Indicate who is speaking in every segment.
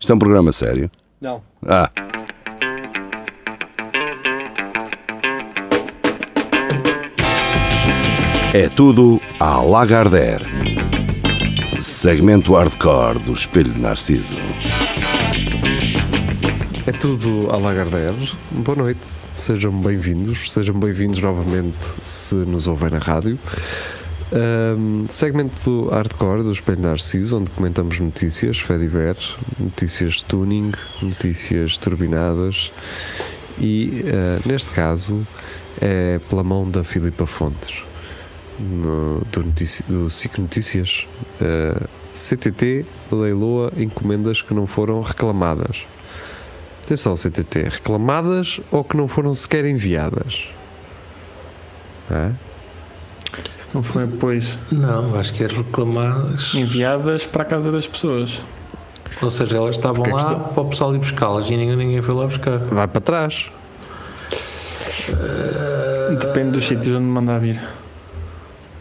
Speaker 1: Isto é um programa sério.
Speaker 2: Não.
Speaker 1: Ah, é tudo à Lagardère. Segmento hardcore do Espelho de Narciso.
Speaker 3: É tudo à Lagardère. Boa noite, sejam bem-vindos, sejam bem-vindos novamente se nos ouvem na rádio. Ahm, segmento do Hardcore do Espelho Narciso, onde comentamos notícias, fé diver, notícias de tuning, notícias turbinadas e, ah, neste caso, é pela mão da Filipa Fontes, no- do, notici, do SIC Notícias. Ah, CTT leiloa encomendas que não foram reclamadas. Atenção, CTT, reclamadas ou que não foram sequer enviadas? Não é?
Speaker 4: Se não foi, pois,
Speaker 5: Não, acho que é reclamadas.
Speaker 4: enviadas para a casa das pessoas.
Speaker 5: Ou seja, elas estavam
Speaker 3: Porque a
Speaker 5: lá
Speaker 3: questão-
Speaker 5: para o pessoal ir buscá-las e ninguém, ninguém foi lá buscar.
Speaker 3: Vai para trás.
Speaker 4: Depende dos sítios onde mandar vir.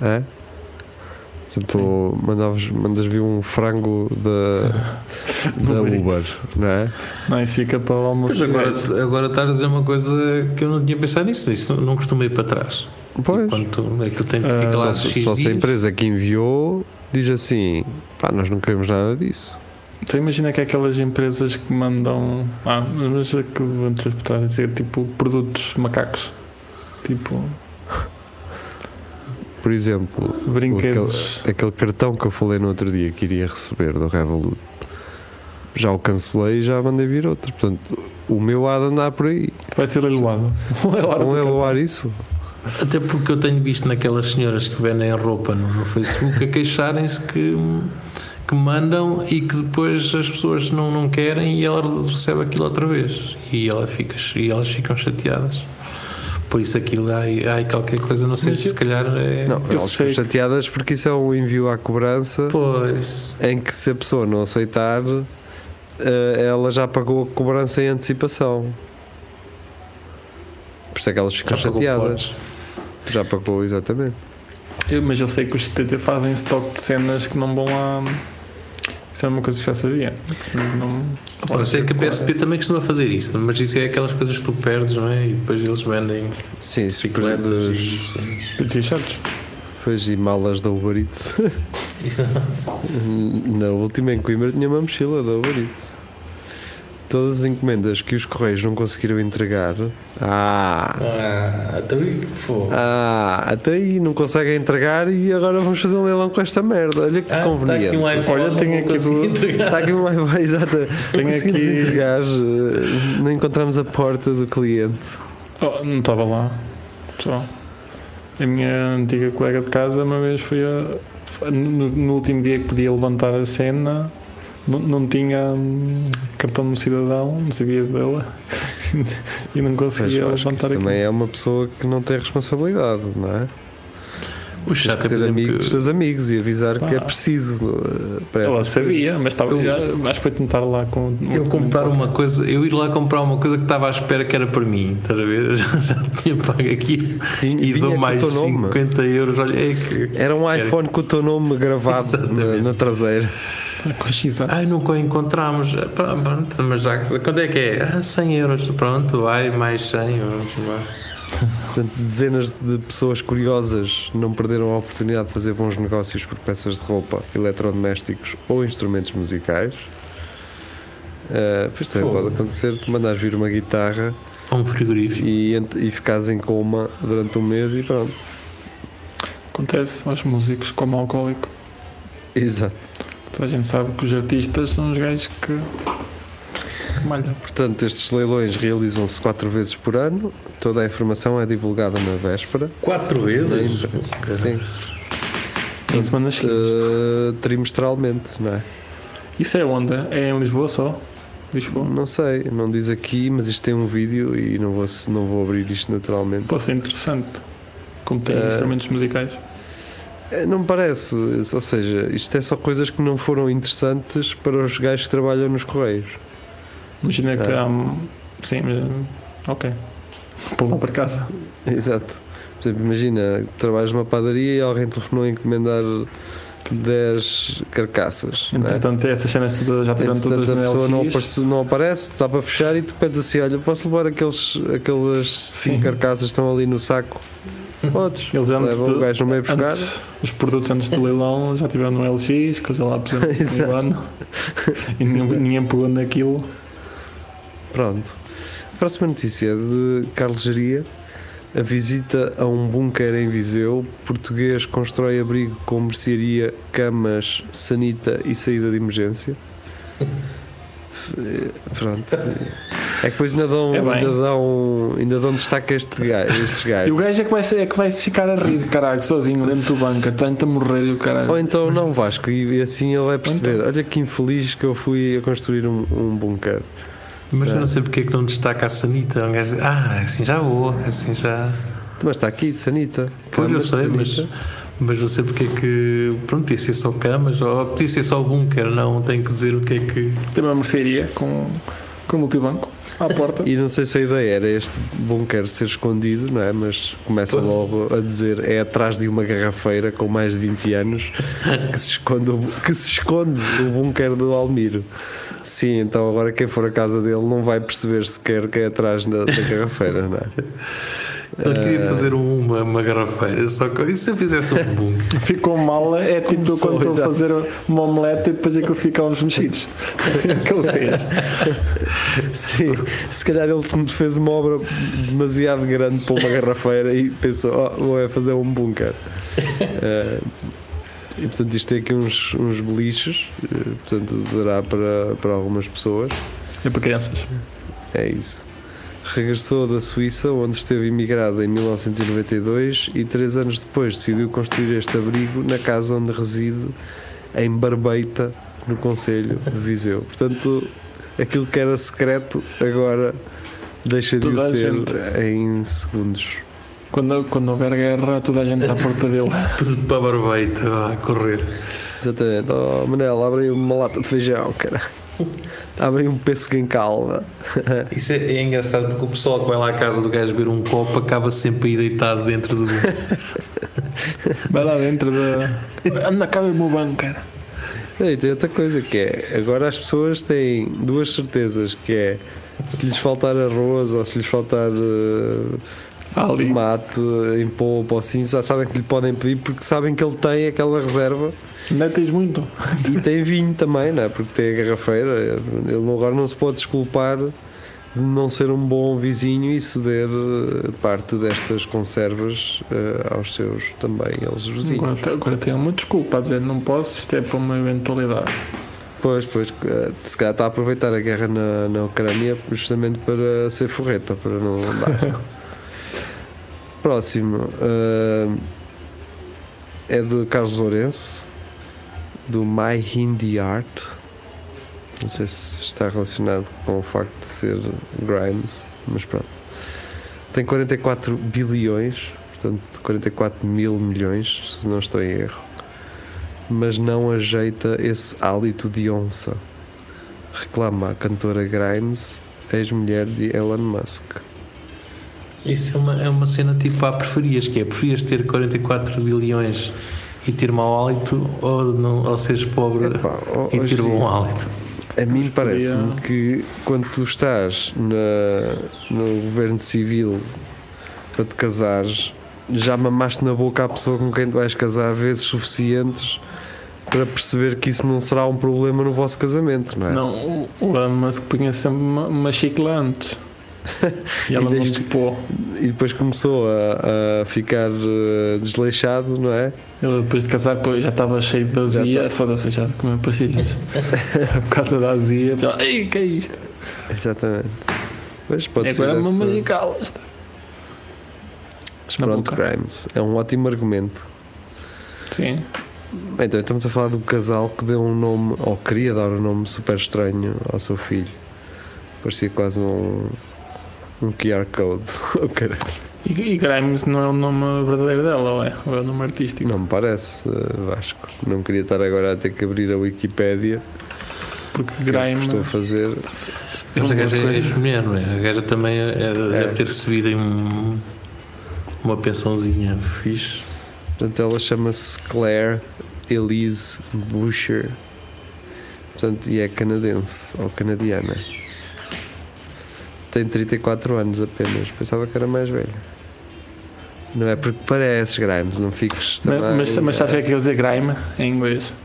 Speaker 3: É? Tipo, tu mandavas, mandas vir um frango da, da
Speaker 4: Uber
Speaker 3: Uber,
Speaker 4: Eats.
Speaker 3: não é?
Speaker 4: Não, isso é fica para o almoço.
Speaker 5: Mas agora,
Speaker 4: dos
Speaker 5: agora estás a dizer uma coisa que eu não tinha pensado nisso. Isso não costuma ir para trás.
Speaker 3: Pois.
Speaker 5: Enquanto é que tem que
Speaker 4: Ah,
Speaker 5: ficar lá
Speaker 3: Só,
Speaker 5: X
Speaker 3: se- só se a
Speaker 5: dias.
Speaker 3: empresa que enviou diz assim: pá, nós não queremos nada disso.
Speaker 4: gajos. Tu imagina que é aquelas empresas que mandam. Ah, mas é que vou interpretar a dizer tipo produtos macacos. Tipo,
Speaker 3: Por exemplo,
Speaker 4: brinquedos.
Speaker 3: aquele cartão que eu falei no outro dia que iria receber do Revolut, já o cancelei e já mandei vir outro. Portanto, o meu há de andar por aí.
Speaker 4: Vai ser leiloado. Leiloado
Speaker 3: Vão
Speaker 4: do
Speaker 3: elevar isso?
Speaker 5: Até porque eu tenho visto naquelas senhoras que vendem roupa no, no Facebook a queixarem-se que, que mandam e que depois as pessoas não, não querem e ela recebe aquilo outra vez. E, ela fica, e elas ficam chateadas. Por isso aquilo há, aí- há aí qualquer coisa, não sei
Speaker 4: Mas
Speaker 5: se
Speaker 4: eu-
Speaker 5: se calhar é.
Speaker 3: Não, elas ficam
Speaker 4: sei que-
Speaker 3: chateadas porque isso é um envio à cobrança
Speaker 5: Pois.
Speaker 3: em que se a pessoa não aceitar, eh, ela já pagou a cobrança em antecipação. Por isso é que elas ficam
Speaker 5: já pagou
Speaker 3: chateadas.
Speaker 5: potes.
Speaker 3: Já pagou, exatamente.
Speaker 4: Eu- mas eu sei que os TT fazem estoque de cenas que não vão lá. Isso é uma coisa que já sabia. Não-
Speaker 5: Pá, Eu sei que a PSP também costuma fazer isso, mas isso é aquelas coisas que tu perdes, não é? E depois eles vendem
Speaker 3: Sim, se
Speaker 5: bicicletas
Speaker 3: prendes
Speaker 5: e. cenas.
Speaker 4: Pois é, chatos.
Speaker 3: pois, e malas da Uber Eats.
Speaker 5: Exato.
Speaker 3: Na última em Coimbra tinha uma mochila da Uber Eats. Todas as encomendas que os Correios não conseguiram entregar. Ah!
Speaker 5: Ah, então e que fogo.
Speaker 3: Ah, até aí não conseguem entregar e agora vamos fazer um leilão com esta merda. Olha que
Speaker 5: Ah, está
Speaker 3: conveniente.
Speaker 5: aqui um iPhone.
Speaker 4: Olha, tenho
Speaker 5: não
Speaker 4: aqui
Speaker 5: consegui
Speaker 4: do-
Speaker 5: entregar.
Speaker 3: Está aqui uma iPhone, exato.
Speaker 4: Tenho
Speaker 3: Não conseguimos
Speaker 4: aqui-
Speaker 3: entregar, eh, não encontramos a porta do cliente.
Speaker 4: Oh, não estava lá. Pessoal. A minha antiga colega de casa uma vez foi a. No, no último dia que podia levantar a cena, não, não tinha hum, cartão do cidadão, não sabia dela e não conseguia
Speaker 3: Mas acho que
Speaker 4: levantar
Speaker 3: isso
Speaker 4: aquilo.
Speaker 3: também é uma pessoa que não tem responsabilidade, não é?
Speaker 5: O chato
Speaker 3: Tens
Speaker 5: é, por exemplo,
Speaker 3: que ser amigo dos
Speaker 5: que
Speaker 3: teus amigos e avisar
Speaker 4: Pá.
Speaker 3: que é preciso eh, para
Speaker 4: Ela
Speaker 3: essas
Speaker 4: sabia, mas estava.
Speaker 5: Eu-
Speaker 4: já- Acho que foi tentar lá com.
Speaker 5: eu comprar uma coisa, eu ir lá comprar uma coisa que estava à espera que era para mim, estás a ver? Eu Já, já tinha pago aquilo
Speaker 3: coisas. Tinha-
Speaker 5: e
Speaker 3: vinha com
Speaker 5: dou
Speaker 3: o
Speaker 5: mais
Speaker 3: teu nome.
Speaker 5: 50 euros. Olha, é que.
Speaker 3: Era um
Speaker 5: Era-
Speaker 3: iPhone com o teu nome gravado na,
Speaker 5: Exatamente.
Speaker 3: na traseira.
Speaker 4: Com X.
Speaker 5: Ai, nunca o encontramos. Ah, pá, Pronto, mas já. Quanto é que é? Ah, 100 euros. Pronto, vai, mais 100. Vamos lá.
Speaker 3: Portanto, dezenas de pessoas curiosas não perderam a oportunidade de fazer bons negócios por peças de roupa, eletrodomésticos ou instrumentos musicais. Ah, pois também
Speaker 5: Fogo.
Speaker 3: pode acontecer, tu mandares vir uma guitarra
Speaker 5: Há um frigorífico.
Speaker 3: e, ent- e ficares em coma durante um mês e pronto.
Speaker 4: Acontece aos músicos como alcoólico.
Speaker 3: Exato.
Speaker 4: Toda a gente sabe que os artistas são os gajos que. que malham.
Speaker 3: Portanto, estes leilões realizam-se quatro vezes por ano, toda a informação é divulgada na véspera.
Speaker 5: Quatro
Speaker 3: na
Speaker 5: vezes?
Speaker 3: imprensa.
Speaker 5: Caramba.
Speaker 3: Sim.
Speaker 4: Em semanas seguintes.
Speaker 3: Ah, trimestralmente, não é?
Speaker 4: Isso é onde? É em Lisboa só? Lisboa?
Speaker 3: Não sei, não diz aqui, mas isto tem um vídeo e não vou, não vou abrir isto naturalmente.
Speaker 4: Pode ser é interessante. Como tem
Speaker 3: Eh,
Speaker 4: instrumentos musicais.
Speaker 3: Eh, Não me parece, ou seja, isto é só coisas que não foram interessantes para os gajos que trabalham nos Correios.
Speaker 4: Imagina que
Speaker 3: eh.
Speaker 4: há. um- Sim, mas. Ok. Vou lá para casa.
Speaker 3: Exato. Por exemplo, imagina, trabalhas numa padaria e alguém telefonou a encomendar 10 carcaças. não é?
Speaker 4: Entretanto, essas cenas todas já tiveram
Speaker 3: Entretanto,
Speaker 4: todas
Speaker 3: a
Speaker 4: no
Speaker 3: pessoa não
Speaker 4: LX.
Speaker 3: aparece, não aparece, está para fechar e tu pedes assim: olha, posso levar aqueles, aquelas
Speaker 4: Sim.
Speaker 3: cinco carcaças que estão ali no saco? Podes.
Speaker 4: Eles antes
Speaker 3: Leva o
Speaker 4: de,
Speaker 3: gajo no meio buscar.
Speaker 4: antes, os produtos antes do leilão já tiveram no LX, coisa lá por exemplo,
Speaker 3: Exato.
Speaker 4: no ano. E ninguém, ninguém pegou naquilo.
Speaker 3: Pronto. A próxima notícia é de Carlos Jaria. A visita a um bunker em Viseu. Português constrói abrigo com mercearia, camas, sanita e saída de emergência. Eh, Pronto. É que depois ainda dão,
Speaker 4: É bem.
Speaker 3: ainda dão, ainda dão destaque a este gajo, a estes
Speaker 4: E o
Speaker 3: gajos.
Speaker 4: gajo é que vai, ser- é que vai se ficar a rir, caralho, sozinho, dentro do banco, tanto a morrer e o
Speaker 3: Ou
Speaker 4: caralho.
Speaker 3: então não, Vasco, e assim ele vai
Speaker 4: Então.
Speaker 3: perceber. Olha que infeliz que eu fui a construir um, um bunker.
Speaker 5: Mas eu não sei porque é que não destaca a Sanita. Um gajo diz, ah, assim já vou, assim já.
Speaker 3: Mas está aqui, sanita.
Speaker 5: Pois eu
Speaker 3: camas,
Speaker 5: sei, mas,
Speaker 3: sanita.
Speaker 5: mas não sei porque é que. Pronto, podia ser só camas, ou podia ser só bunker, não tem que dizer o que é que.
Speaker 4: Tem uma mercearia com, com multibanco à porta.
Speaker 3: E não sei se a ideia era este bunker ser escondido, não é? Mas começa
Speaker 5: Pois.
Speaker 3: logo a dizer é atrás de uma garrafeira com mais de 20 anos que se esconde o, que se esconde o bunker do Almiro. Sim, então agora quem for à casa dele não vai perceber sequer que é atrás da, da garrafeira, não é?
Speaker 5: Ele
Speaker 3: Eh,
Speaker 5: queria fazer um- uma, uma garrafeira, só que e se eu fizesse um bunker?
Speaker 4: Ficou mal, é tipo
Speaker 3: Começou,
Speaker 4: quando estou a
Speaker 3: exato.
Speaker 4: fazer uma omelete e depois é aquilo fica uns mexidos. Foi o que ele fez.
Speaker 3: Sim, se calhar ele fez uma obra demasiado grande para uma garrafeira e pensou, oh, vou é fazer um bunker. Eh, e portanto isto tem aqui uns, uns beliches, eh, portanto dará para, para algumas pessoas.
Speaker 4: É para crianças.
Speaker 3: É isso. Regressou da Suíça, onde esteve imigrado em 1992 e três anos depois decidiu construir este abrigo na casa onde reside, em Barbeita, no Conselho de Viseu. Portanto, aquilo que era secreto agora deixa de
Speaker 4: Toda
Speaker 3: o
Speaker 4: a
Speaker 3: ser
Speaker 4: gente.
Speaker 3: em segundos.
Speaker 4: Quando, quando houver guerra, toda a gente à porta dele.
Speaker 5: Tudo para a barbeita, vá, a correr.
Speaker 3: Exatamente. Oh, Manel, abrem uma lata de feijão, cara. Abrem um pêssego em calma.
Speaker 5: Isso é, é engraçado porque o pessoal que vai lá à casa do gajo beber um copo acaba sempre aí deitado dentro do bunker.
Speaker 4: Vai lá dentro da. Anda cá ver o meu banco, cara.
Speaker 3: E tem outra coisa que é, agora as pessoas têm duas certezas, que é se lhes faltar arroz ou se lhes faltar eh,
Speaker 4: Ah, Ali.
Speaker 3: tomate em polpa ou assim, já sabem que lhe podem pedir porque sabem que ele tem aquela reserva
Speaker 4: Ainda tens muito.
Speaker 3: e tem vinho também, não é? Porque tem a garrafeira. Ele não- agora não se pode desculpar de não ser um bom vizinho e ceder eh, parte destas conservas eh, aos seus também, eles vizinhos.
Speaker 4: Agora, agora tenho uma desculpa a dizer, não posso, isto é para uma eventualidade.
Speaker 3: Pois, pois, eh, se calhar está a aproveitar a guerra na, na Ucrânia justamente para ser forreta, para não dar. Próximo eh, é de Carlos Lourenço, do My Hindi Art. Não sei se está relacionado com o facto de ser Grimes, mas pronto. Tem 44 bilhões, portanto 44 mil milhões, se não estou em erro mas não ajeita esse hálito de onça. Reclama a cantora Grimes, ex-mulher de Elon Musk.
Speaker 5: Isso é uma, é uma cena tipo há preferias, que é preferias ter 44 bilhões e ter mau hálito ou, não, ou seres pobre
Speaker 3: Epá, ho-
Speaker 5: e
Speaker 3: hoje
Speaker 5: ter bom hálito.
Speaker 3: A mim
Speaker 4: Mas podia-
Speaker 3: parece-me que quando tu estás na, no governo civil para te casares, já mamaste na boca a pessoa com quem tu vais casar vezes suficientes para perceber que isso não será um problema no vosso casamento, não é?
Speaker 4: Não, o o Elon Musk punha sempre uma, uma chicla antes. E ela
Speaker 3: E
Speaker 4: não
Speaker 3: deixa-
Speaker 4: tipo.
Speaker 3: E depois começou a, a ficar eh, desleixado, não é?
Speaker 4: Ele depois de casar pô, já estava cheio de azia. Foda-se, já tá. comeu pastilhas. Por causa da azia. ela, Ei, que é isto?
Speaker 3: Exatamente. Mas pode ser
Speaker 4: agora é uma
Speaker 3: essa-
Speaker 4: magical. Esta.
Speaker 3: Mas
Speaker 4: na
Speaker 3: pronto,
Speaker 4: boca.
Speaker 3: Grimes. É um ótimo argumento.
Speaker 4: Sim.
Speaker 3: Bem, Então, estamos a falar do casal que deu um nome, ou queria dar um nome super estranho ao seu filho. Parecia quase um, um QR Code. Oh, caralho.
Speaker 4: E, e Grimes não é o nome verdadeiro dela, ou é? Ou é o nome artístico?
Speaker 3: não me parece, eh, Vasco. Não queria estar agora a ter que abrir a Wikipédia.
Speaker 4: Porque
Speaker 3: que é o que estou a
Speaker 4: Grimes. né?
Speaker 3: fazer.
Speaker 5: Mas a
Speaker 4: uma
Speaker 5: gaja é
Speaker 4: coisa.
Speaker 5: ex-mulher, não é? A gaja também é, é-
Speaker 3: É.
Speaker 5: deve ter recebido em um- uma pensãozinha fixe.
Speaker 3: Portanto, ela chama-se Claire Elise Boucher. Portanto, e é canadense ou canadiana. Tem 34 anos apenas. Pensava que era mais velho. Não é porque parece Grimes, não fiques
Speaker 4: Mas,
Speaker 3: também.
Speaker 4: mas, mas sabes o que é que quer dizer grime em inglês?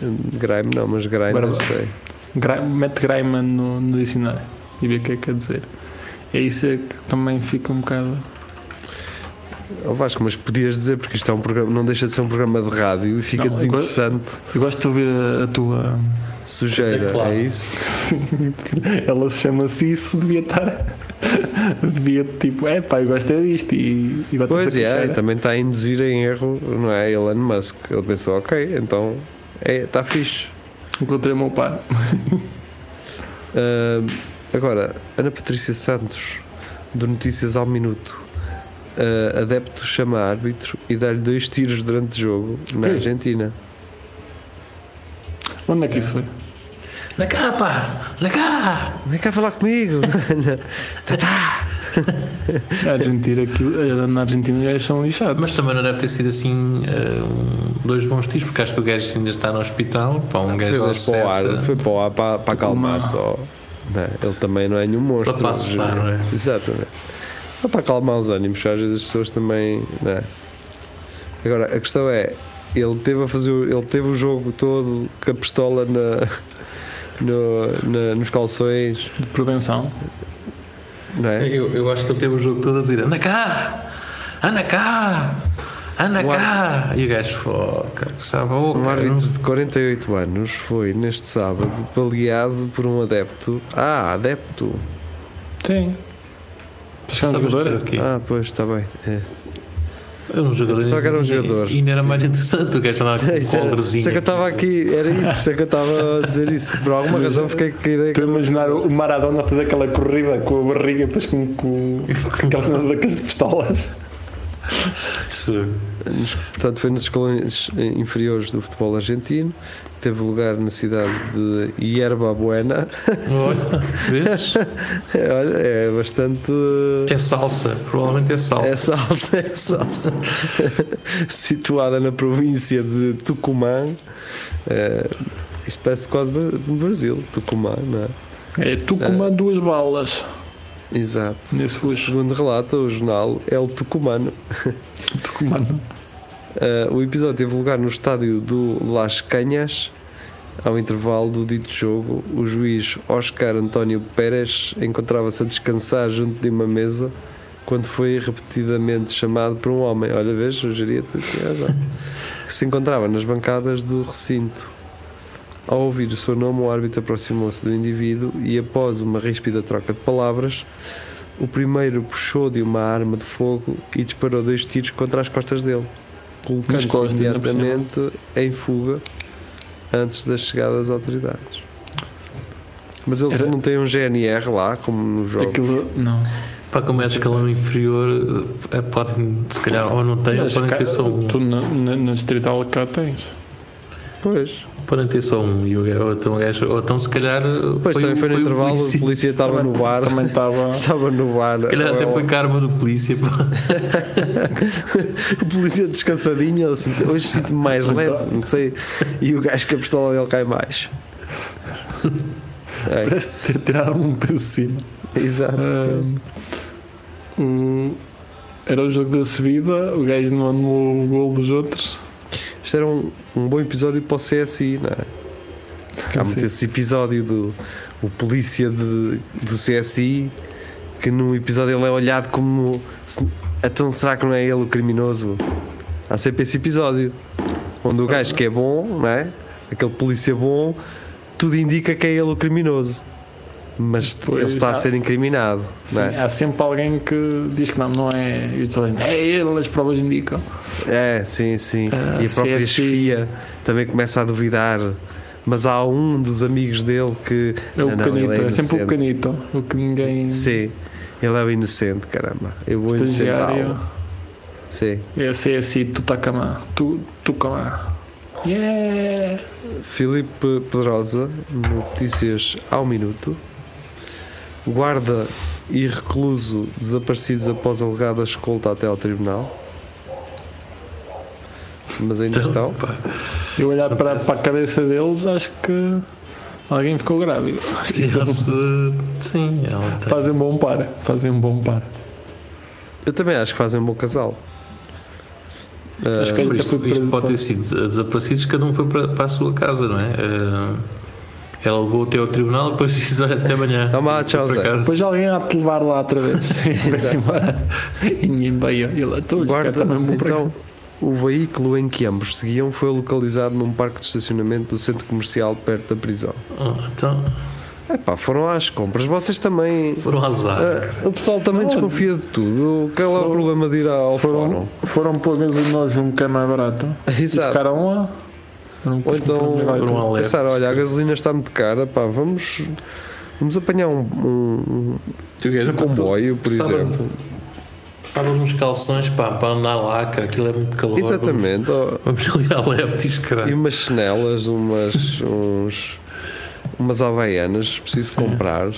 Speaker 3: Grime não, mas eh, Grimes
Speaker 4: Agora-
Speaker 3: não sei.
Speaker 4: Grime, mete grime no, no dicionário e vê o que é que quer dizer. É isso é que também fica um bocado.
Speaker 3: Ó Oh, Vasco, mas podias dizer, porque isto é um programa, não deixa de ser um programa de rádio e fica
Speaker 4: Não, é
Speaker 3: desinteressante.
Speaker 4: Eu gosto de ouvir a, a tua.
Speaker 3: Sujeira,
Speaker 5: Teclado.
Speaker 3: é isso?
Speaker 4: Ela se chama-se isso, devia estar. devia tipo, é pá, eu gosto é disto e, e bate-se a
Speaker 3: Pois é,
Speaker 4: queixar.
Speaker 3: e também está a induzir em erro, não é? Elon Musk. Ele pensou, ok, então está fixe.
Speaker 4: Encontrei o meu pai.
Speaker 3: Ahm, Ah, agora, Ana Patrícia Santos, do Notícias ao Minuto. Ah, adepto chama árbitro e dá-lhe dois tiros durante o jogo na
Speaker 4: Ui.
Speaker 3: Argentina.
Speaker 4: Onde é que isso foi?
Speaker 5: Na cá, pá! Na cá!
Speaker 3: Vem cá falar comigo!
Speaker 4: A Argentina, aquilo, eh, na Argentina os gajos são lixados.
Speaker 5: Mas também não deve ter sido assim eh, um- dois bons tiros, porque acho que o gajo ainda está no hospital. Pá, um
Speaker 3: Ah, Foi
Speaker 5: gajo né?
Speaker 3: para,
Speaker 5: da
Speaker 3: o ar,
Speaker 5: seta,
Speaker 3: foi para o ar para, para acalmar só. Não é? Ele também não é nenhum monstro.
Speaker 5: Só para assustar, não é?
Speaker 3: Exatamente. Só para acalmar os ânimos, que às vezes as pessoas também. não é? Agora, a questão é: ele teve a fazer. o- Ele teve o jogo todo com a pistola na, no- na- nos calções,
Speaker 4: De prevenção.
Speaker 3: não é?
Speaker 5: Eu, eu acho que ele teve o jogo todo a dizer Ana cá! Ana cá! Ana
Speaker 3: Um
Speaker 5: cá! E o gajo foca, sabe? Oh,
Speaker 3: Um
Speaker 5: cara,
Speaker 3: árbitro de 48 anos foi, neste sábado, baleado por um adepto. Ah, adepto!
Speaker 4: Sim. Para chegar
Speaker 5: não-
Speaker 4: um
Speaker 5: sabes
Speaker 4: jogador?
Speaker 5: porquê?
Speaker 3: Ah, pois, está bem. É.
Speaker 5: Era um jogador.
Speaker 3: Só que era um
Speaker 5: e-
Speaker 3: jogador.
Speaker 5: E ainda era mais interessante, o gajo andava com um
Speaker 3: Isso era, por isso é
Speaker 5: coldrezinho.
Speaker 3: que eu estava aqui, era isso, por isso é que eu estava a dizer isso. Por alguma razão fiquei com a ideia que.
Speaker 4: Estou a imaginar o Maradona fazer aquela corrida com a barriga, depois com, com, com aquelas daquelas de pistolas.
Speaker 5: Sim.
Speaker 3: nos- Portanto, foi nos escalões eh, inferiores do futebol argentino, teve lugar na cidade de Yerba Buena.
Speaker 5: Olha, vês?
Speaker 3: É, Olha, é bastante.
Speaker 5: É salsa, provavelmente é salsa.
Speaker 3: É salsa, é salsa. Situada na província de Tucumã. Eh, Isto parece quase Bra- Brasil, Tucumã, não é?
Speaker 4: É Tucumã, duas balas.
Speaker 3: Exato.
Speaker 4: Nesse puxo.
Speaker 3: Segundo relata o jornal El Tucumano.
Speaker 4: Tucumã.
Speaker 3: Uh, o episódio teve lugar no estádio do Las Canhas. Ao intervalo do dito jogo, o juiz Oscar António Pérez encontrava-se a descansar junto de uma mesa quando foi repetidamente chamado por um homem. Olha, vês, sugeria que se encontrava nas bancadas do recinto. Ao ouvir o seu nome, o árbitro aproximou-se do indivíduo e, após uma ríspida troca de palavras, o primeiro puxou de uma arma de fogo e disparou dois tiros contra as costas dele,
Speaker 4: Nas costas,
Speaker 3: colocando-se
Speaker 4: ainda por cima.
Speaker 3: imediatamente em fuga antes da chegada das autoridades. Mas eles
Speaker 4: Era-
Speaker 3: não têm um GNR lá, como no jogo.
Speaker 4: Aquilo. Não.
Speaker 5: Para como é de escalão inferior, eh, podem, se calhar, ou não têm, ou
Speaker 4: Mas
Speaker 5: podem
Speaker 4: cá-
Speaker 5: ter só um.
Speaker 4: tu na, na, na Streetal cá tens.
Speaker 3: Pois,
Speaker 5: Podem ter só um. E o gajo, ou, então, o gajo- ou então, se calhar.
Speaker 3: pois também
Speaker 5: o-
Speaker 3: foi no
Speaker 5: o
Speaker 3: intervalo,
Speaker 5: um polícia.
Speaker 3: o polícia estava
Speaker 4: Também-
Speaker 3: no bar.
Speaker 4: Também estava.
Speaker 3: Estava no bar.
Speaker 5: Se calhar até foi karma do polícia. pá.
Speaker 3: O polícia descansadinho, ele sinto- hoje sinto-me mais
Speaker 4: Então-
Speaker 3: leve, não sei. E o gajo com a pistola dele cai mais. É,
Speaker 4: Parece ter tirado um peso de cima.
Speaker 3: exato.
Speaker 4: Ah, o- era o jogo da subida, o gajo não anulou o gol dos outros.
Speaker 3: Isto era um, um bom episódio para o CSI, não é? Que Há muito
Speaker 4: Sim.
Speaker 3: esse episódio do o polícia de- do CSI que num episódio ele é olhado como se- então será que não é ele o criminoso? Há sempre esse episódio onde o gajo que é bom, não é? Aquele polícia bom, tudo indica que é ele o criminoso. Mas
Speaker 4: Pois,
Speaker 3: ele está a
Speaker 4: há-
Speaker 3: ser incriminado,
Speaker 4: Sim,
Speaker 3: não é?
Speaker 4: Há sempre alguém que diz que não, não é. E diz, é ele, as provas indicam.
Speaker 3: É, sim, sim.
Speaker 4: Ah,
Speaker 3: e a própria
Speaker 4: CSI.
Speaker 3: chefia também começa a duvidar. Mas há um dos amigos dele que.
Speaker 4: É o
Speaker 3: "Não, não,
Speaker 4: pequenito,
Speaker 3: ele
Speaker 4: é, sempre o
Speaker 3: inocente."
Speaker 4: pequenito. O que ninguém.
Speaker 3: Sim, ele é o inocente, caramba. Eu vou
Speaker 4: Estagiário.
Speaker 3: inocentá-lo. Sim.
Speaker 4: É CSI Tutacamã. Tu, Tucamã. Yeah!
Speaker 3: Filipe Pedrosa, notícias ao minuto. Guarda e recluso desaparecidos após alegada escolta até ao tribunal. mas ainda
Speaker 5: Então,
Speaker 3: estão.
Speaker 5: pá,
Speaker 4: Eu olhar
Speaker 5: Não
Speaker 4: para,
Speaker 5: parece.
Speaker 4: para a cabeça deles, acho que alguém ficou grávido. Acho que isso é
Speaker 5: eles, eh, sim, ela tem.
Speaker 4: Fazem um bom par, fazem um bom par.
Speaker 3: Eu também acho que fazem um bom casal. Ah,
Speaker 4: Acho que
Speaker 5: Por
Speaker 4: nunca
Speaker 5: isto,
Speaker 4: fui
Speaker 5: isto
Speaker 4: preso
Speaker 5: pode
Speaker 4: por-
Speaker 5: ter sido desaparecidos, cada um foi para, para a sua casa, não é? Eh, ela levou até ao tribunal, depois disse "Olha, até amanhã.
Speaker 3: Toma lá,
Speaker 5: Foi
Speaker 3: Então tchau,
Speaker 5: para
Speaker 3: Zé.
Speaker 5: casa.
Speaker 4: Depois alguém há de te levar lá outra vez. E vai-se embora. E ninguém veio. E ele, estou
Speaker 3: Guarda,
Speaker 4: também vou para cá.
Speaker 3: então, o veículo em que ambos seguiam foi localizado num parque de estacionamento do centro comercial perto da prisão.
Speaker 5: Ah, Então,
Speaker 3: Epá, foram às compras. Vocês também.
Speaker 5: foram azar.
Speaker 3: Ah, o pessoal também desconfia de tudo. Qual é o
Speaker 4: Foram-
Speaker 3: problema de ir ao
Speaker 4: Foram,
Speaker 3: fórum?
Speaker 4: foram pôr gasolina num que é mais barato. E
Speaker 3: Exato.
Speaker 4: ficaram lá. Não
Speaker 3: Ou então
Speaker 4: costumamos
Speaker 5: foram
Speaker 4: lá.
Speaker 5: alertas.
Speaker 3: pensaram, olha, a gasolina está muito cara, pá, vamos, vamos apanhar um, um,
Speaker 5: Tu queres
Speaker 3: um comboio, por
Speaker 5: Sábado.
Speaker 3: exemplo.
Speaker 5: Precisava de uns calções pá, para andar lá, cara, aquilo é muito calor.
Speaker 3: Exatamente. ó,
Speaker 5: Vamos, vamos ali à Leptis,
Speaker 3: e
Speaker 5: caralho.
Speaker 3: umas chinelas, umas, uns, umas havaianas, preciso comprar.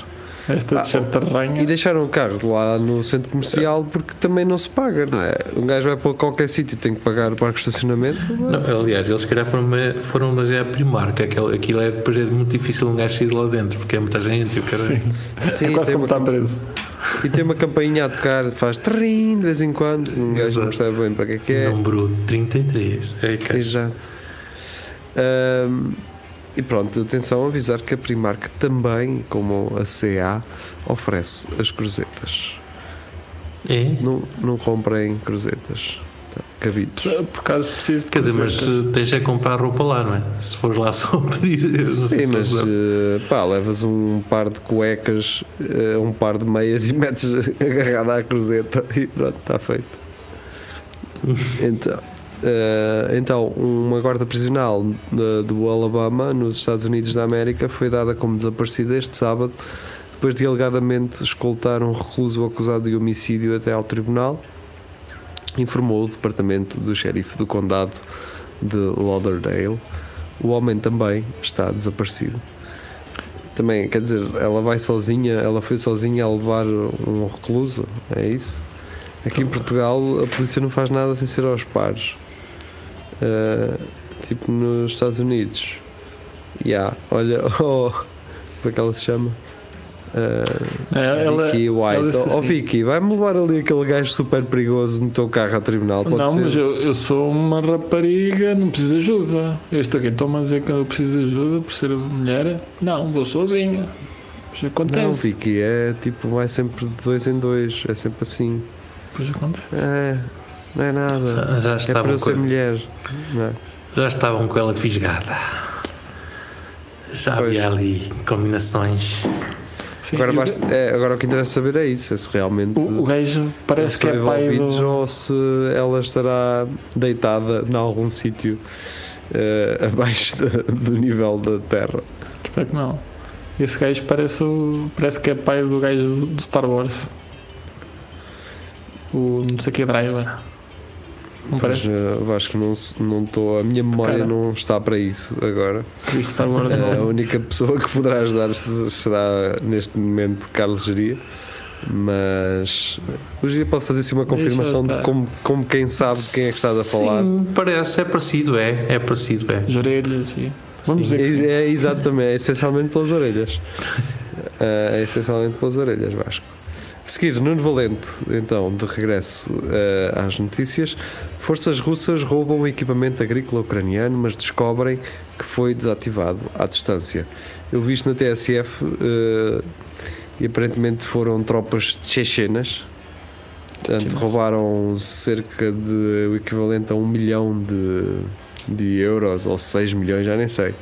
Speaker 4: Esta
Speaker 3: Ah,
Speaker 4: t-shirt
Speaker 3: E
Speaker 4: arranha.
Speaker 3: deixaram o carro lá no centro comercial porque também não se paga, não é? Um gajo vai para qualquer sítio e tem que pagar o parque de estacionamento.
Speaker 5: Não, aliás, eles se calhar foram, me- foram mas é a Primark, aquilo, aquilo é depois é muito difícil um gajo sair de lá dentro, porque é muita gente, e o
Speaker 4: Sim.
Speaker 5: caralho.
Speaker 3: Sim,
Speaker 4: é quase
Speaker 3: tem
Speaker 4: como tá-
Speaker 3: uma,
Speaker 4: estar preso.
Speaker 3: e tem uma campainha a tocar, faz trim de vez em quando, um gajo não
Speaker 5: Exato.
Speaker 3: percebe bem para que é que é.
Speaker 5: Número 33. Ei, cara,
Speaker 3: Exato. Ahm, e pronto, atenção a avisar que a Primark também, como a CA, oferece as cruzetas.
Speaker 5: é?
Speaker 3: Não, não comprem cruzetas. Tá, Cabidos.
Speaker 4: Por acaso preciso de
Speaker 5: Quer dizer, mas
Speaker 4: camisetas.
Speaker 5: eh, tens é que comprar roupa lá, não é? Se fores lá só pedir. eu não sei
Speaker 3: Sim,
Speaker 5: se eles
Speaker 3: mas
Speaker 5: dão.
Speaker 3: eh, pá, levas um par de cuecas, eh, um par de meias e metes agarrada à cruzeta e pronto, está feito. Então, eh, então, uma guarda prisional da- do Alabama, nos Estados Unidos da América, foi dada como desaparecida este sábado, depois de alegadamente escoltar um recluso acusado de homicídio até ao tribunal, informou o departamento do xerife do condado de Lauderdale. O homem também está desaparecido. Também, quer dizer, ela vai sozinha, ela foi sozinha a levar um recluso, é isso?
Speaker 4: Então,
Speaker 3: Aqui em Portugal a polícia não faz nada sem ser aos pares. Ah, tipo nos Estados Unidos. E há, olha, oh, como é que ela se chama? Ah,
Speaker 4: É, ela-
Speaker 3: Vicky White.
Speaker 4: ela disse
Speaker 3: oh,
Speaker 4: assim-
Speaker 3: Vicky, vai-me levar ali aquele gajo super perigoso no teu carro a tribunal, pode
Speaker 4: não,
Speaker 3: ser?
Speaker 4: mas eu, eu sou uma rapariga, não preciso de ajuda. Eu estou aqui, estou-me a dizer que eu preciso de ajuda por ser mulher. Não, vou sozinha. Pois
Speaker 3: Não,
Speaker 4: acontece.
Speaker 3: Vicky, é tipo, vai sempre de dois em dois, é sempre assim.
Speaker 4: Pois acontece.
Speaker 3: É, não é nada.
Speaker 5: já, já
Speaker 3: É
Speaker 5: estavam
Speaker 3: para eu
Speaker 5: com,
Speaker 3: ser mulher. Não é?
Speaker 5: já estavam com ela fisgada. Já
Speaker 3: Pois.
Speaker 5: havia ali combinações.
Speaker 4: Sim,
Speaker 3: Agora,
Speaker 4: e o-
Speaker 3: basta- é, agora o que interessa saber é isso, é se realmente
Speaker 4: o, o gajo parece que
Speaker 3: estão
Speaker 4: é pai
Speaker 3: envolvidos
Speaker 4: do...
Speaker 3: ou se ela estará deitada em algum sítio eh, abaixo da- do nível da terra.
Speaker 4: Espero que não. Esse gajo parece, o- parece que é pai do gajo do Star Wars. O não sei que é Driver. Não
Speaker 3: Mas
Speaker 4: parece?
Speaker 3: eh, acho que não se- não estou, a minha memória
Speaker 4: Cara.
Speaker 3: não está para isso agora.
Speaker 4: O Star Wars
Speaker 3: Eh, a
Speaker 4: não.
Speaker 3: única pessoa que poderá ajudar se- será neste momento Carlos Geria. Mas o Geria pode fazer-se uma
Speaker 4: Deixa
Speaker 3: confirmação de
Speaker 4: estar.
Speaker 3: como, como quem sabe de quem é que estás a falar.
Speaker 5: Sim, parece, é parecido, é. É parecido, é.
Speaker 4: As orelhas e. Vamos
Speaker 5: Sim.
Speaker 4: dizer que sim.
Speaker 3: É, é exatamente, é essencialmente pelas orelhas. É, é essencialmente pelas orelhas, Vasco. A seguir, Nuno Valente, então, de regresso eh, às notícias. Forças russas roubam o equipamento agrícola ucraniano, mas descobrem que foi desativado à distância. Eu vi isto na TSF eh, e aparentemente foram tropas chechenas. Portanto,
Speaker 4: Chechenas.
Speaker 3: roubaram cerca de o equivalente a um milhão de, de euros ou 6 milhões, já nem sei.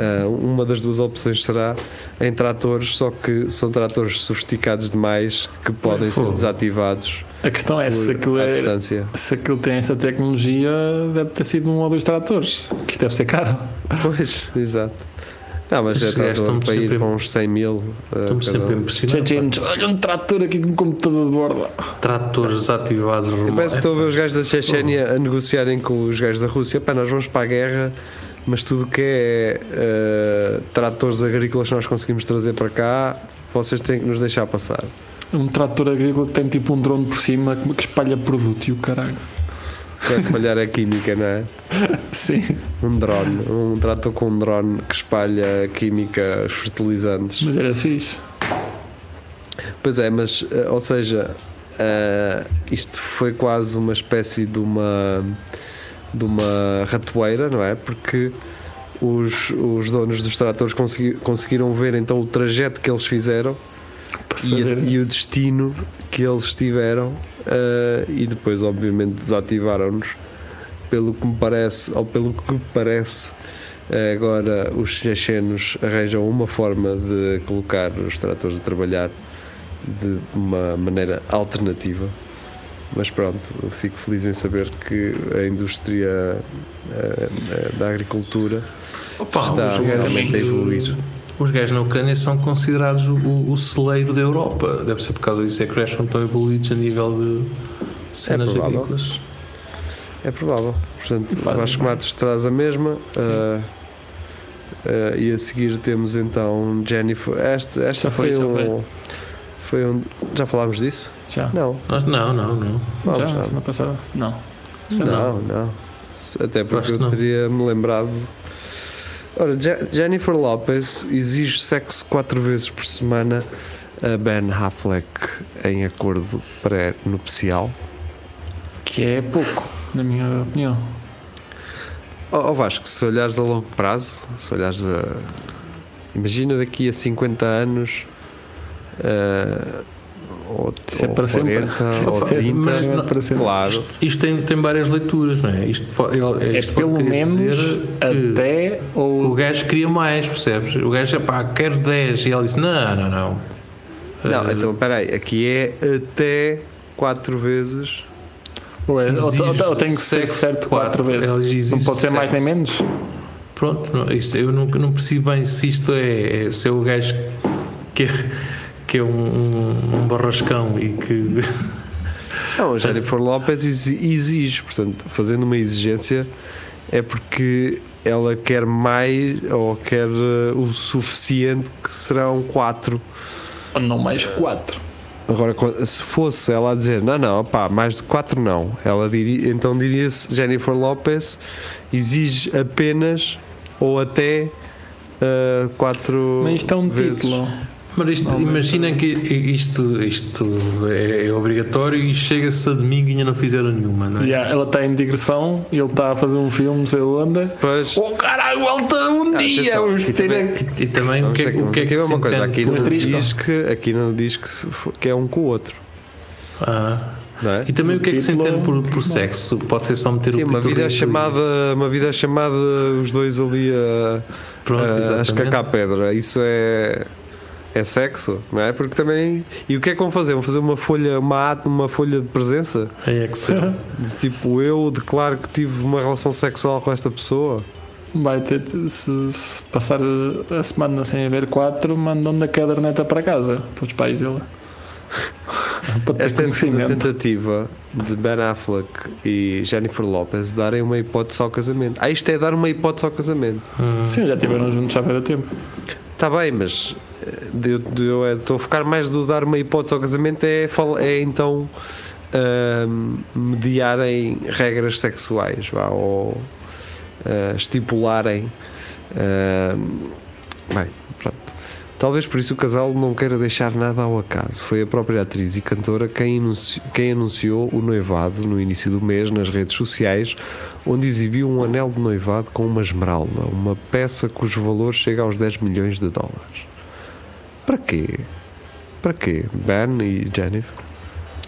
Speaker 3: Ah, uma das duas opções será em tratores, só que são tratores sofisticados demais que podem ser
Speaker 5: Fogo.
Speaker 3: desativados
Speaker 4: A questão é se aquilo
Speaker 3: por, à
Speaker 4: é,
Speaker 3: distância.
Speaker 4: Se aquilo tem esta tecnologia, deve ter sido um ou dois tratores, que isto deve ser caro.
Speaker 3: Pois, exato. Não, mas é
Speaker 5: Esses gajos
Speaker 3: trator
Speaker 5: estão-me
Speaker 3: para ir
Speaker 5: sempre-
Speaker 3: para uns 100 mil. ah,
Speaker 5: Estamos
Speaker 3: cada
Speaker 5: sempre
Speaker 3: um.
Speaker 5: impressionados.
Speaker 4: Chechenos, olha um trator aqui com um computador de borda.
Speaker 5: Tratores desativados
Speaker 3: Eu
Speaker 5: remotos.
Speaker 3: parece que estou a ver os gajos da Chechênia a negociarem com os gajos da Rússia. Pá, nós vamos para a guerra, mas tudo o que é ah, tratores agrícolas que nós conseguimos trazer para cá, vocês têm que nos deixar passar.
Speaker 4: Um trator agrícola que tem tipo um drone por cima que que espalha produto e o caralho.
Speaker 3: Vai espalhar a química, não é?
Speaker 4: Sim.
Speaker 3: Um drone. Um trator com um drone que espalha química, os fertilizantes.
Speaker 4: Mas era fixe.
Speaker 3: Pois é, mas, eh, ou seja, eh, isto foi quase uma espécie de uma, de uma ratoeira, não é? Porque os, os donos dos tratores consegui- conseguiram ver então o trajeto que eles fizeram
Speaker 4: Para
Speaker 3: e,
Speaker 4: saber.
Speaker 3: e o destino que eles tiveram eh, e depois, obviamente, desativaram-nos. Pelo que me parece, ou pelo que me parece, eh, agora os chechenos arranjam uma forma de colocar os tratores a trabalhar de uma maneira alternativa. Mas pronto, eu fico feliz em saber que a indústria eh, eh, da agricultura
Speaker 5: Opa,
Speaker 3: Está
Speaker 5: os gajos-
Speaker 3: realmente a evoluir.
Speaker 5: Os gajos na Ucrânia são considerados o, o- o celeiro da Europa. Deve ser por causa disso é que os gajos são tão evoluídos a nível de cenas
Speaker 3: É provável.
Speaker 5: agrícolas.
Speaker 3: É provável. Portanto,
Speaker 5: E fazem
Speaker 3: Vasco
Speaker 5: bem.
Speaker 3: Matos traz a mesma. ah, ah, e a seguir temos então Jennifer. Esta, esta
Speaker 4: Já foi,
Speaker 3: foi,
Speaker 4: já
Speaker 3: um, foi um. Já falámos disso?
Speaker 4: Já.
Speaker 3: Não.
Speaker 5: Nós- não, não, não.
Speaker 3: Vamos,
Speaker 4: já,
Speaker 3: já.
Speaker 4: na semana passada? Não. Já
Speaker 3: Não, não. Se- Até
Speaker 5: acho
Speaker 3: porque
Speaker 5: que
Speaker 3: eu
Speaker 5: não.
Speaker 3: teria me lembrado. Ora, Je- Jennifer Lopez exige sexo quatro vezes por semana a Ben Affleck em acordo pré-nupcial.
Speaker 4: Que é pouco, na minha opinião.
Speaker 3: Ó ó Vasco, se olhares a longo prazo, se olhares a. Imagina daqui a 50 anos. ah, ou,
Speaker 4: Isso é
Speaker 3: ou
Speaker 4: para sempre.
Speaker 3: 40, ou
Speaker 5: Opa,
Speaker 3: 30,
Speaker 5: mas
Speaker 4: Não é
Speaker 5: não-
Speaker 4: para ser-
Speaker 3: claro.
Speaker 5: Isto, isto tem, tem várias leituras, não é? Isto, po- ele-
Speaker 4: É
Speaker 5: isto pode
Speaker 4: pelo
Speaker 5: querer
Speaker 4: menos
Speaker 5: dizer que-
Speaker 4: até
Speaker 5: O
Speaker 4: ou.
Speaker 5: gajo queria mais, percebes? O gajo, pá, quero 10. E ele disse: Não, não, não.
Speaker 3: Não,
Speaker 5: Eh,
Speaker 3: então peraí, aqui é até 4 vezes.
Speaker 4: Ou, é, ou, ou, ou tem que ser
Speaker 5: eh, Exige
Speaker 4: certo quatro
Speaker 5: quatro.
Speaker 4: vezes.
Speaker 5: Ele exige
Speaker 4: Não pode ser mais nem
Speaker 5: sexo.
Speaker 4: menos.
Speaker 5: Pronto, não, isto, eu não, não percebo bem se isto é, é- se é o gajo que é, que é um, um- um barrascão e que.
Speaker 3: Não, a Jennifer Lopez exi- exige, portanto, fazendo uma exigência, é porque ela quer mais ou quer eh, o suficiente que um serão 4.
Speaker 4: Ou não mais quatro.
Speaker 3: Agora, co- se fosse ela a dizer não, não, pá, mais de 4 não, ela diria, então diria-se Jennifer Lopez exige apenas ou até 4
Speaker 4: Mas isto é um
Speaker 3: vezes.
Speaker 4: título.
Speaker 5: Mas isto,
Speaker 4: Não, mas-
Speaker 5: imagina que isto, isto é, é obrigatório e chega-se a domingo e ainda não fizeram nenhuma, não é?
Speaker 4: Yeah, ela está em digressão, ele está a fazer um filme, não sei onde.
Speaker 3: Pois,
Speaker 5: Um
Speaker 4: Oh caralho, volta um
Speaker 3: Ah,
Speaker 4: dia!
Speaker 3: atenção,
Speaker 4: Vamos
Speaker 3: e
Speaker 4: ter
Speaker 3: também-
Speaker 4: a-
Speaker 5: E, e também o
Speaker 3: vamos
Speaker 5: que, é-
Speaker 3: aqui-
Speaker 5: o
Speaker 3: vamos
Speaker 5: que é que
Speaker 3: aqui ver
Speaker 5: se
Speaker 3: uma coisa,
Speaker 5: entende
Speaker 3: aqui
Speaker 5: por-
Speaker 3: não,
Speaker 4: asterisco.
Speaker 3: diz que, aqui não diz que, se fo- que é um com o outro,
Speaker 5: Ah.
Speaker 3: não é?
Speaker 5: E também o que é que se
Speaker 4: Título-
Speaker 5: entende por, por sexo? Pode ser só meter
Speaker 3: Sim,
Speaker 5: o
Speaker 3: uma
Speaker 5: pinto
Speaker 3: vida é
Speaker 5: reto e-
Speaker 3: chamada, uma vida é chamada os dois ali a,
Speaker 5: Pronto,
Speaker 3: a, a
Speaker 5: exatamente.
Speaker 3: escacar pedra. Isso é é sexo, não é? Porque também e o que é que vão fazer? Vão fazer uma folha, uma at- uma folha de presença
Speaker 5: Em Excel.
Speaker 3: de tipo eu declaro que tive uma relação sexual com esta pessoa.
Speaker 4: Vai ter, se, se passar a semana sem haver quatro, mandam da caderneta para casa, para os pais dele. para ter
Speaker 3: Esta é a segunda
Speaker 4: conhecimento.
Speaker 3: tentativa de Ben Affleck e Jennifer Lopez darem uma hipótese ao casamento. Ah, isto é dar uma hipótese ao casamento.
Speaker 5: Hum.
Speaker 4: Sim, já estiveram juntos há bem tempo.
Speaker 3: Está Tá bem, mas eh, eu eu- eu estou a focar mais do dar uma hipótese ao casamento é, fal- é então ahm, mediarem regras sexuais vá, ou ah, estipularem. ahm, bem, pronto. Talvez por isso o casal não queira deixar nada ao acaso. Foi a própria atriz e cantora quem anunci- quem anunciou o noivado no início do mês nas redes sociais onde exibiu um anel de noivado com uma esmeralda, uma peça cujo valor chega aos 10 milhões de dólares. Para quê? Para quê? Ben e Jennifer?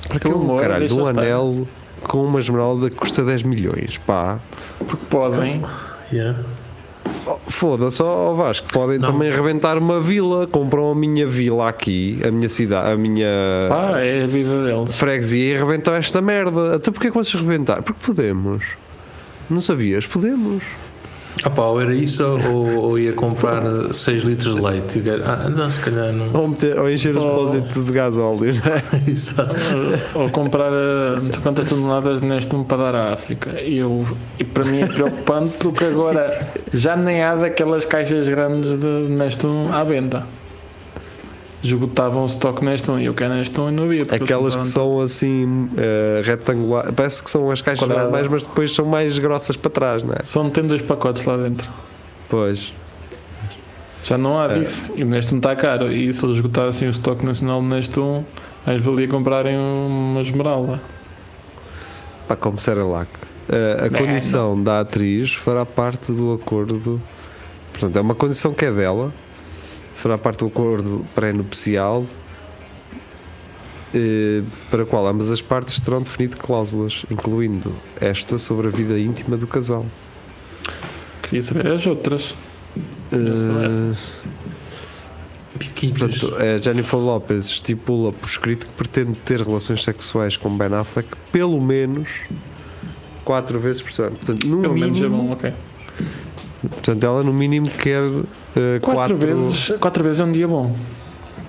Speaker 3: Para que
Speaker 4: Que
Speaker 3: um
Speaker 4: humor,
Speaker 3: caralho de
Speaker 4: deixa
Speaker 3: um
Speaker 4: estar.
Speaker 3: anel com uma esmeralda que custa 10 milhões? Pá,
Speaker 4: Porque podem.
Speaker 5: Yeah.
Speaker 3: Oh, foda-se ao Vasco, podem
Speaker 5: Não.
Speaker 3: também reventar uma vila, compram a minha vila aqui, a minha cidade, a minha
Speaker 4: Pá, é a vida deles.
Speaker 3: freguesia e rebentam esta merda. Até porque é que vocês rebentaram? Porque podemos. Não sabias? Podemos.
Speaker 5: Ah pá, ou era isso ou, ou ia comprar 6 litros de leite. E o gajo, Ah, não, se calhar não.
Speaker 3: Ou, meter, ou encher o
Speaker 4: Oh.
Speaker 3: depósito de gás óleo, não é?
Speaker 5: Exato.
Speaker 4: Ou ou comprar eh, não sei quantas toneladas neste um para dar à África. E, eu, e para mim é preocupante porque agora já nem há daquelas caixas grandes de neste um à venda. esgotavam o stock nesta um e eu quero nesta um e não havia. porque
Speaker 3: Aquelas
Speaker 4: eles
Speaker 3: que
Speaker 4: compraram
Speaker 3: são assim eh, retangulares, parece que são as caixas
Speaker 4: Quadrada.
Speaker 3: normais, mas depois são mais grossas para trás, não é?
Speaker 4: Só tem dois pacotes lá dentro.
Speaker 3: Pois.
Speaker 4: Já não há
Speaker 3: É.
Speaker 4: disso. E o Neste não está caro. E se eles esgotassem o estoque nacional do Neste 1, mais valia comprarem uma esmeralda.
Speaker 3: Pá, como será lá. Eh, a
Speaker 4: Não.
Speaker 3: condição da atriz fará parte do acordo. Portanto, é uma condição que é dela, fará parte do acordo pré-nupcial, eh, para a qual ambas as partes terão definido cláusulas, incluindo esta sobre a vida íntima do casal.
Speaker 4: Queria saber as outras. Eu sou essa.
Speaker 5: Piquitos.
Speaker 3: Eh, Portanto, a Jennifer Lopez estipula por escrito que pretende ter relações sexuais com Ben Affleck pelo menos quatro vezes por semana. Portanto, no
Speaker 4: Pelo menos é
Speaker 3: mínimo,
Speaker 4: bom, ok.
Speaker 3: portanto ela no mínimo quer eh,
Speaker 4: Quatro,
Speaker 3: quatro,
Speaker 4: vezes, quatro vezes é um dia bom.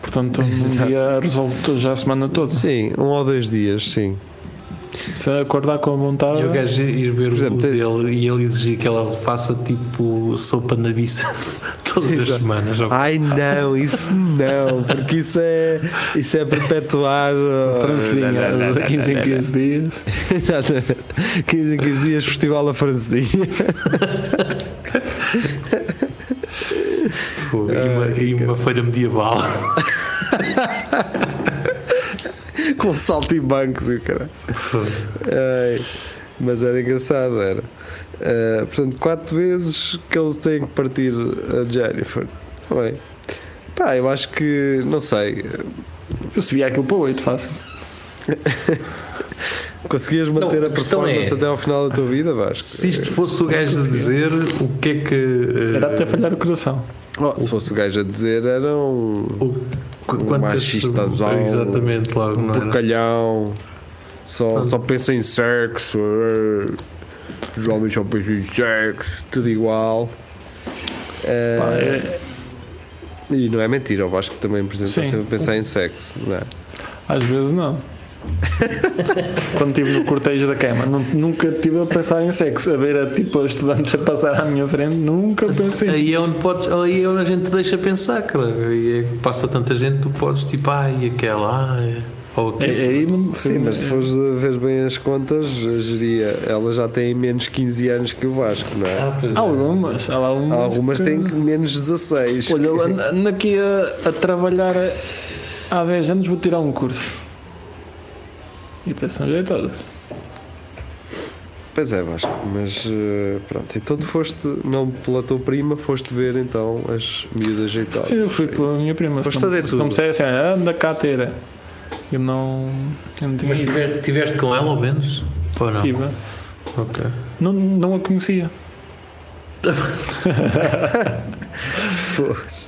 Speaker 4: Portanto, um
Speaker 3: Exato.
Speaker 4: dia resolve to- já a semana toda.
Speaker 3: Sim, um ou dois dias, sim.
Speaker 4: Se acordar com a vontade.
Speaker 5: E o gajo ir ver
Speaker 3: Por exemplo,
Speaker 5: o
Speaker 3: tem-
Speaker 5: dele e ele exigir que ela faça tipo sopa na biça todas as
Speaker 3: Exato.
Speaker 5: semanas. ou-
Speaker 3: Ai não, isso não, porque isso é isso é perpetuar
Speaker 4: a
Speaker 3: eh,
Speaker 4: Francinha, de 15 em 15 dias.
Speaker 3: Exatamente. 15 em 15 dias festival da Francinha.
Speaker 5: Pô, e, uma, e uma feira medieval.
Speaker 3: com saltimbancos e o cara. mas era engraçado, era. Ah, portanto, quatro vezes que eles têm que partir a Jennifer. Tá Bem, pá, eu acho que, não sei,
Speaker 4: Eu subia aquilo para oito fácil.
Speaker 3: conseguias manter
Speaker 5: Não,
Speaker 3: a
Speaker 5: a questão
Speaker 3: performance
Speaker 5: é-
Speaker 3: até ao final da tua vida, Vasco?
Speaker 5: Se isto fosse o gajo a dizer, o que é que. eh,
Speaker 4: Era até falhar o coração.
Speaker 3: Oh, se fosse o gajo a dizer, era um,
Speaker 5: o- qu-
Speaker 3: Um
Speaker 5: quantas-
Speaker 3: machista azul.
Speaker 5: Exatamente, logo,
Speaker 3: um
Speaker 5: não era?
Speaker 3: porcalhão, só, só pensa em sexo, eh, os homens só pensam em sexo, tudo igual.
Speaker 4: Pá,
Speaker 3: Ah,
Speaker 4: é-
Speaker 3: E não é mentira, eu acho que também, por exemplo, está
Speaker 4: Sim.
Speaker 3: sempre a pensar em sexo, não é?
Speaker 4: Às vezes não. Quando estive no cortejo da cama, nu- nunca estive a pensar em sexo. A ver a, tipo, estudantes a passar à minha frente, nunca pensei.
Speaker 5: Aí é onde podes, aí é onde a gente te deixa pensar, cara. E é que passa tanta gente, tu podes tipo, ai, aquela, ai, ou
Speaker 4: É-
Speaker 5: aquele.
Speaker 4: Aí não
Speaker 3: Sim, mas se fores a ver bem as contas, a geria, ela já tem menos 15 anos que o Vasco, não é?
Speaker 5: Ah, pois é.
Speaker 4: Algumas, há lá umas.
Speaker 3: Algumas
Speaker 4: que-
Speaker 3: têm que menos 16.
Speaker 4: Olha, eu ando ando aqui a, a trabalhar há 10 anos, vou tirar um curso. E um até são jeitadas.
Speaker 3: Pois é, Vasco, mas eh, pronto, então tu foste, não pela tua prima, foste ver então as miúdas ajeitadas.
Speaker 4: Eu fui pela minha prima. Se
Speaker 3: Gosta de
Speaker 4: não, se
Speaker 3: tudo.
Speaker 4: não me dissessem, "Ah, anda cá, teira. Eu não. Eu não tinha
Speaker 5: Mas
Speaker 4: ido.
Speaker 5: tiveste, tiveste com ela ao menos? Ou não?
Speaker 4: Tive.
Speaker 5: Ok.
Speaker 4: Não, não a conhecia.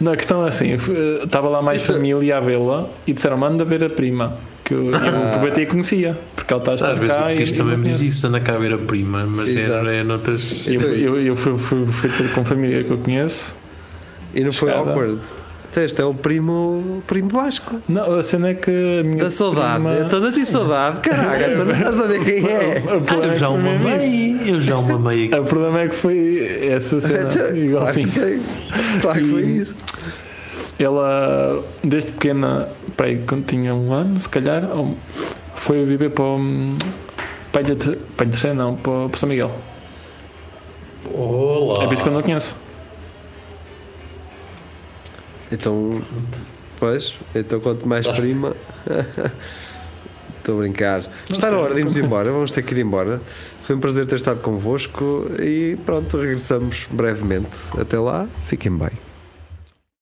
Speaker 4: não, a questão é assim: f- eh, estava lá mais
Speaker 3: Isso-
Speaker 4: família a vê-la e disseram: manda ver a prima. Que eu, eu aproveitei e conhecia, porque ela está a
Speaker 5: Ah. Às
Speaker 4: estar
Speaker 5: vezes o
Speaker 4: cá e.
Speaker 5: Cris também
Speaker 4: eu
Speaker 5: me
Speaker 4: conheço.
Speaker 5: diz isso, anda cá a ver a prima, mas é,
Speaker 3: Exato.
Speaker 5: era, era noutras.
Speaker 4: Eu, eu, eu fui, fui, fui ter com família que eu conheço.
Speaker 3: E não foi
Speaker 4: Chegada.
Speaker 3: awkward. Então, Este é o primo, primo Vasco.
Speaker 4: Não, a cena é que a minha.
Speaker 3: Da saudade.
Speaker 4: prima-
Speaker 3: Eu estou a ti saudade, caraca, tu não estás a ver quem é.
Speaker 4: O
Speaker 5: Ah,
Speaker 4: problema
Speaker 5: eu
Speaker 4: é
Speaker 5: já
Speaker 4: que foi
Speaker 5: uma
Speaker 4: mesmo isso.
Speaker 5: mamei, eu já uma mamei aqui.
Speaker 4: O problema é que foi essa cena. Igual
Speaker 3: Claro
Speaker 4: assim.
Speaker 3: que sei. Claro que foi
Speaker 4: E-
Speaker 3: isso.
Speaker 4: Ela, desde pequena, para aí, quando tinha um ano, se calhar, ou- foi viver para, o- hum, para, a Ilha Ter- para a Ilha Terceira, não, para, para São Miguel.
Speaker 5: Olá!
Speaker 4: É por isso que eu não a conheço.
Speaker 3: Então, pois, então quanto mais prima. Estou a brincar. Está na
Speaker 4: sei.
Speaker 3: hora de irmos embora, vamos ter que ir embora. Foi um prazer ter estado convosco e pronto, regressamos brevemente. Até lá, fiquem bem.